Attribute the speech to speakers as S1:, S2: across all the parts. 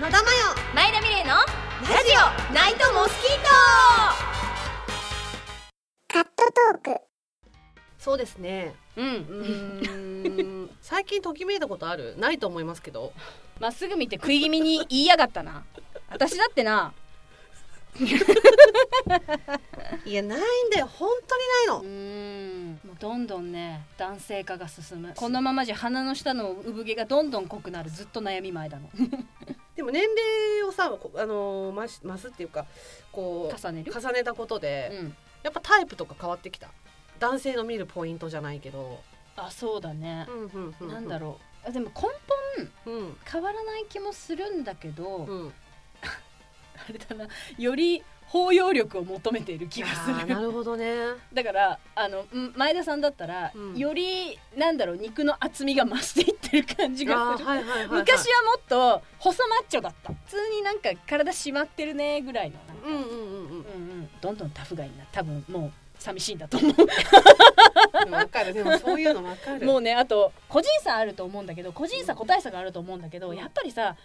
S1: 野田真世
S2: 前田美玲のラジオナイトモスキー
S3: カットトーク
S1: そうですね
S2: トうん
S1: うーん 最近ときめいたことあるないと思いますけど
S2: まっすぐ見て食い気味に言いやがったな私だってない
S1: やないんだよ本当にないの
S2: んもうどんどんね男性化が進むこのままじゃ鼻の下の産毛がどんどん濃くなるずっと悩み前だの
S1: でも年齢をさこあのー増し増すっていうかこう
S2: 重ねる
S1: 重ねたことで、
S2: うん
S1: やっぱタイプとか変わってきた男性の見るポイントじゃないけど、
S2: あそうだね、なんだ
S1: ろ
S2: ろうあでも根本
S1: ううん
S2: 変わらない気もするんだけど、
S1: うん
S2: あれだなより包容力を求めている気がす
S1: あー
S2: る
S1: なるほ どね
S2: だからあのん前田さんだったら、
S1: うん
S2: よりなんだろう肉の厚みが増していってる感じ
S1: あ
S2: が
S1: ー
S2: する、
S1: はいはいはい、はい、
S2: 昔はもっと細マッチョだった普通になんか体締まってるねぐらいのなんか
S1: うんうんうんうん
S2: うんうんどんどんタフガイになる多分もう寂しいんだと思
S1: でもわかるでもそういうのわか
S2: う
S1: る
S2: もうねあと個人差あると思うんだけど個人差個体差があると思うんだけど、
S1: うん
S2: やっぱりさ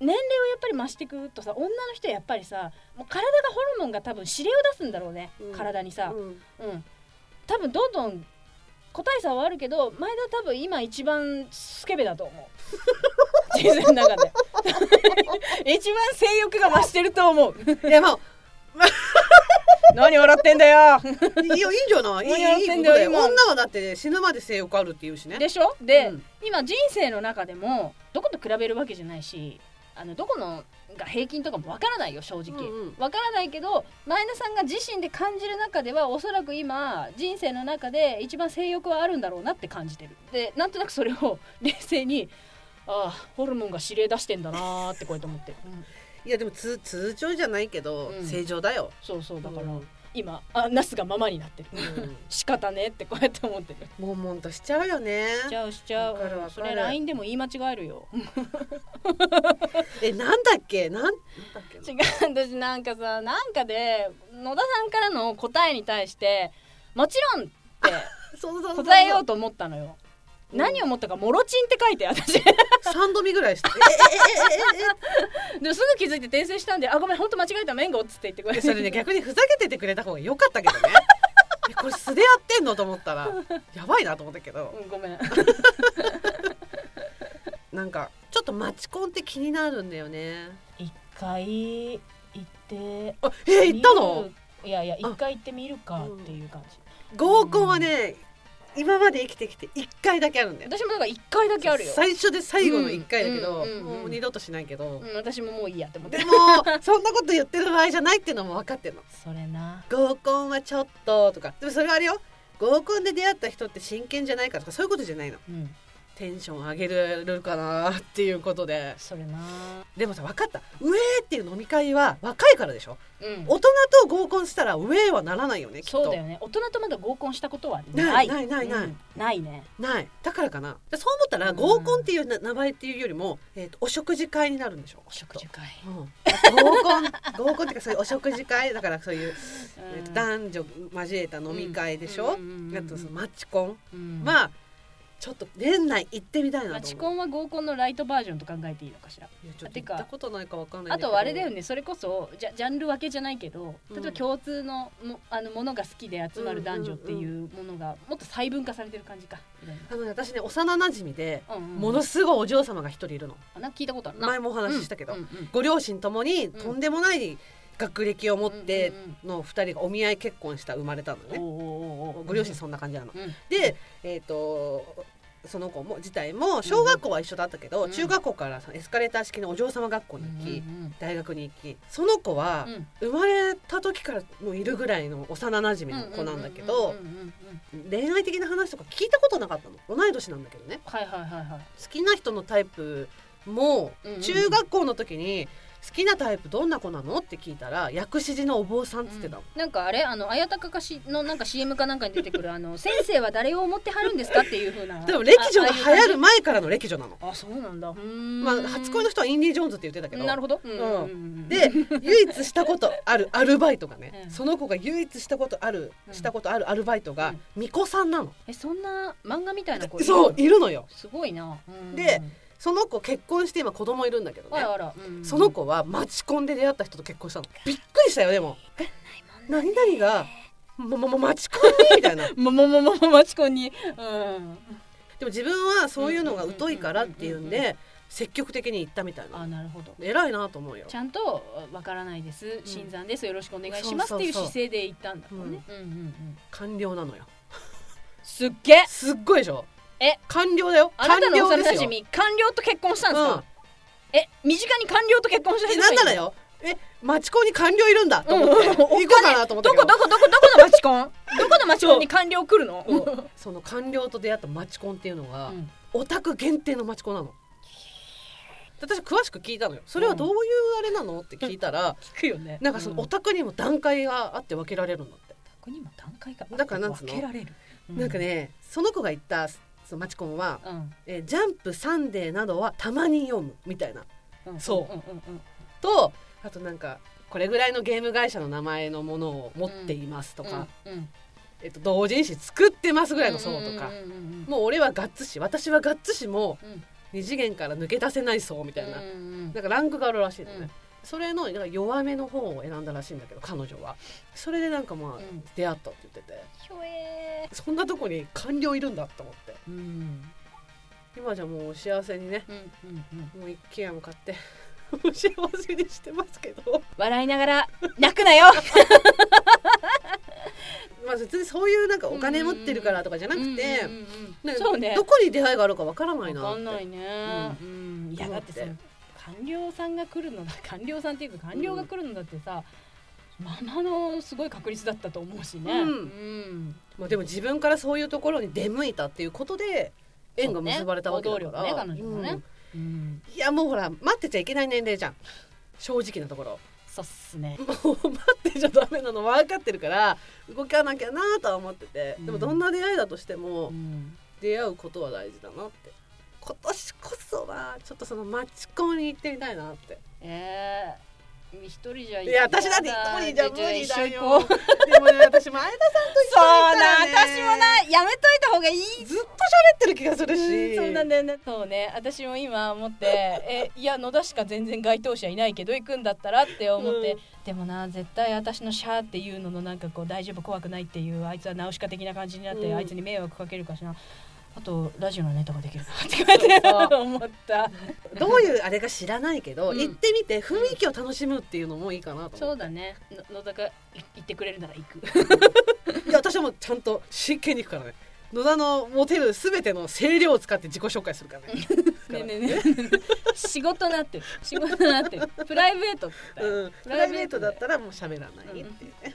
S2: 年齢をやっぱり増してくとさ女の人はやっぱりさもう体がホルモンが多分指令を出すんだろうね、
S1: うん
S2: 体にさ、
S1: うん
S2: うん、多分どんどん個体差はあるけど前田多分今一番スケベだと思 う人生の中で一番性欲が増してると思
S1: い
S2: う
S1: やも
S2: 何笑ってんだよ
S1: ういいよいいんじゃないい
S2: もうやっ
S1: いいい
S2: て
S1: こと
S2: んだよ
S1: だよ
S2: 今
S1: 女はだって死ぬまで性欲あるって言うしね
S2: でしょで、
S1: うん
S2: 今人生の中でもどこと比べるわけじゃないしあのどこのが平均とかもわからないよ正直、
S1: うんうん
S2: わからないけど前田さんが自身で感じる中ではおそらく今人生の中で一番性欲はあるんだろうなって感じてるでなんとなくそれを 冷静にああホルモンが指令出してんだなーってこうやって思ってる、
S1: いやでも通通常じゃないけど、
S2: うん
S1: 正常だよ、
S2: そうそうだから、
S1: うん
S2: 今あナスがままになってる仕方ねってこうやって思ってる
S1: もんもんとしちゃうよね
S2: しちゃうしちゃう
S1: わかるわかる
S2: それ LINE でも言い間違えるよ
S1: えなんだっけなんなんだっけ
S2: 違う私なんかさなんかで野田さんからの答えに対して「もちろん!」って
S1: そうそうそうそう
S2: 答えようと思ったのよ。
S1: うん
S2: 何を思ったか「もろちん」って書いて 私
S1: 三度見ぐらいして
S2: ですぐ気づいて訂正したんで「あごめん本当間違えたメンゴ」っつって言ってく
S1: え
S2: れ
S1: えそれね逆にふざけててくれた方が良かったけどねえこれ素でやってんのと思ったらやばいなと思ったけど
S2: うんごめん
S1: なんかちょっとマチコンって気になるんだよね
S2: 一回行って
S1: あえ行ったの
S2: いやいや
S1: 一
S2: 回行ってみるか
S1: っていう
S2: 感じ、
S1: 合コンはね今まで生きてきて一回だけあるんだよ
S2: 私もなんか一回だけあるよ、
S1: 最初で最後の一回だけど、
S2: うんうんうんうん
S1: もう二度としないけど、
S2: うん、私ももういいやって思って
S1: でもそんなこと言ってる場合じゃないっていうのも分かってるの
S2: それな
S1: 合コンはちょっととかでもそれはあれよ合コンで出会った人って真剣じゃないかとかそういうことじゃないの
S2: うん
S1: テンション上げれるかなっていうことで
S2: それな
S1: でもさ分かった「ウェー!」っていう飲み会は若いからでしょ
S2: うん
S1: 大人と合コンしたら「ウェー!」はならないよねきっと
S2: そうだよね大人とまだ合コンしたことはな
S1: ないいないないない
S2: うんないね
S1: ないだからかなでそう思ったら合コンっていうな名前っていうよりも、えーとお食事会になるんでしょ
S2: お食事会
S1: うん合コン合コンっていうかそういうお食事会だからそういう、えーと男女交えた飲み会でしょ、あとそのマッチコン、
S2: あ
S1: まあちょっと年内行ってみたい
S2: マ
S1: な
S2: チ
S1: と
S2: コ
S1: 思う
S2: ンは合コンのライトバージョンと考えていいのかしら
S1: いやちょっと
S2: て
S1: 行
S2: か
S1: ったことないかわかんない
S2: あ
S1: んけど
S2: とあれだよねそれこそジャジャンル分けじゃないけど
S1: うん
S2: 例えば共通のもあのものが好きで集まる男女っていうものがもっと細分化されてる感じかいろい
S1: あのね私ね幼馴染で
S2: ろうんうん
S1: ものすごいお嬢様が一人いるの、
S2: あなんか聞いたことあるな
S1: 前もお話ししたけど、
S2: うんうんうん
S1: ご両親ともに
S2: ん
S1: とんでもない学歴を持って
S2: うんうん
S1: の2人がお見合い結婚した生まれたの
S2: うん
S1: ね、
S2: おうおうおうおう
S1: ご両親そんな感じなの、
S2: うん
S1: で、えー、とその子も自体も小学校は一緒だったけど、
S2: うん
S1: 中学校からそのエスカレーター式のお嬢様学校
S2: う
S1: に
S2: ん
S1: 行き、
S2: うん
S1: 大学に行きその子は
S2: うん
S1: 生まれた時からもういるぐらいの幼馴染の子なんだけ
S2: う
S1: ど
S2: んうんうんうんうん
S1: 恋愛的な話とか聞いたことなかったの同い年なんだけどね
S2: はいはいはいはい
S1: 好きな人のタイプも
S2: うんうん
S1: 中学校の時に好きなタイプどんな子なのって聞いたら薬師寺のお坊さんっつってたの、
S2: なんかあれあの綾鷹かしのなんか CM かなんかに出てくるあの先生は誰を思ってはるんですかっていう風な
S1: でも歴女が
S2: あ
S1: 流
S2: ああいう
S1: 行る前からの歴女なの
S2: 感じあそうなんだうーん
S1: まあ初恋の人はインディ・ジョーンズって言ってたけど
S2: なるほど、うん
S1: うん
S2: うん
S1: で唯一したことあ るアルバイトがね、
S2: うん
S1: その子が唯一したことある
S2: うん
S1: したことあるアルバイトが、
S2: うん
S1: 巫女さんなの、
S2: えそんな漫画みたいな子いる
S1: そういるのよ
S2: すごいな、うん
S1: でその子結婚して今子供いるんだけど
S2: あ
S1: ね
S2: らあら、うん
S1: その子はマチコンで出会った人と結婚したのびっくりしたよでも何々が「もももマチコンに」みたい な
S2: もももももマチコンにうん
S1: でも自分はそういうのが疎いからっていうん
S2: うんうん
S1: で積極的に行ったみたいな
S2: あなるほど
S1: 偉いなと思うよ
S2: ちゃんと「わからないです新参ですよろしくお願いします」っていう
S1: そうそうそう
S2: 姿勢で言ったんだろうねうんうんうん
S1: 官僚なのよ
S2: すっげえ
S1: すっごいでしょ
S2: え
S1: 官僚だよ
S2: あな
S1: 官
S2: たの
S1: 僚
S2: 幼
S1: で
S2: な
S1: す
S2: じ
S1: よ
S2: み官僚と結婚したんですか、え身近に官僚と結婚した
S1: え
S2: 人
S1: なんな
S2: が
S1: ら
S2: いる
S1: よえマチコンに官僚いるんだと思っ
S2: う
S1: て
S2: んうん
S1: 行こうかなと思った
S2: ど
S1: け
S2: こ
S1: ど
S2: どこどこどこのマチ コンどこのマチコンに官僚来るの
S1: そうその官僚と出会ったマチコンっていうのが、
S2: うん
S1: オタク限定のマチコンなの私詳しく聞いたのよそれはどういうあれなのって聞いたら、
S2: 聞くよね
S1: なんかそのオタクにも段階があって分けられるんだって、
S2: ここにも段階が
S1: だからなんつうの
S2: 分けられる、う
S1: なんかねその子が言ったそのマチコンは
S2: うん
S1: 「えージャンプサンデー」などはたまに読むみたいな
S2: うん
S1: そ
S2: うんうんうん
S1: とあとなんかこれぐらいのゲーム会社の名前のものを持っていますとか、
S2: うんうん
S1: えっと、同人誌作ってますぐらいの層とか、
S2: うんうんうんうん
S1: もう俺はガッツ誌私はガッツ誌も
S2: うんみ
S1: 二次元から抜け出せない層みたいな、なんかランクがあるらしいのね、
S2: うん
S1: それのなんか弱めの方を選んだらしいんだけど彼女はそれでなんかまあ、
S2: うん
S1: 出会ったって言ってて
S2: ひょえ
S1: そんなとこに官僚いるんだと思って
S2: ーうん
S1: 今じゃもう幸せにね
S2: うんうんうん
S1: もう一軒家も買って もう幸せにしてますけど
S2: 笑いながら泣くなよ
S1: まあ別にそういうなんかお金持ってるからとかじゃなくて、
S2: うんうんうん
S1: なんか
S2: そうね
S1: どこに出会いがあるかわからないなって
S2: わかんないね。うん、いやだってさ
S1: 思っ、
S2: 官僚さんが来るのだ、官僚さんっていうか官僚が来るのだってさ、まあまあのすごい確率だったと思うしね。
S1: うん
S2: ん
S1: まあ、でも自分からそういうところに出向いたっていうことで縁が結ばれたわけだから、
S2: そうね行動力ね彼女のね
S1: うん
S2: うん、
S1: いやもうほら待ってちゃいけない年齢じゃん正直なところ
S2: そうっすね。
S1: もう待ってちゃダメなの分かってるから動かなきゃなとは思っててでも
S2: うん
S1: どんな出会いだとしても、
S2: うん、
S1: 出会うことは大事だなって今年こそはちょっとそのマチコンに行ってみたいなって
S2: ええー、一人じゃ
S1: いや私だって一人じゃ無理だよ
S2: そう
S1: でもね私前田さんと一緒に行った
S2: な
S1: ら、ね、
S2: 私もなやめといた方がいい。
S1: ずっと喋ってる気がするし、
S2: そうなんだよねそうね私も今思って えいや野田しか全然該当者いないけど行くんだったらって思って、
S1: うん
S2: でもな絶対私の「シャー」っていうののなんかこう大丈夫怖くないっていうあいつは直しか的な感じになって、
S1: うん
S2: あいつに迷惑かけるかしなあとラジオのネタができるなって書いて
S1: そうそ
S2: 思った
S1: どういうあれか知らないけど、
S2: うん
S1: 行ってみて雰囲気を楽しむっていうのもいいかなと思って
S2: そうだねの野田がい言ってくれるなら行く
S1: いや私はもうちゃんと真剣に行くからね野田の持てる全ての声量を使って自己紹介するからね
S2: ねえねえねえねえ仕事なってる仕事なってるプライベートって言ったよ
S1: うんプライベートだったらもう喋らないっていうね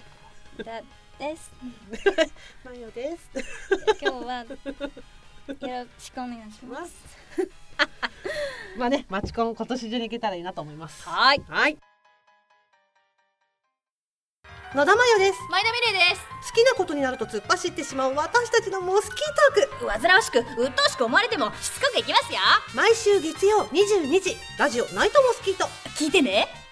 S4: だです。
S1: マヨです
S4: 今日はよろしくお願いします。
S1: まあねマチコン今年中に行けたらいいなと思います
S2: はーい
S1: はい野田マヨです
S4: 前田美玲です。
S1: 好きなことになると突っ走ってしまう私たちのモスキートーク
S4: 煩わしく、鬱陶しく思われても、しつこくいきますよ。
S1: 毎週月曜22時ラジオナイトモスキート
S4: 聞いてね。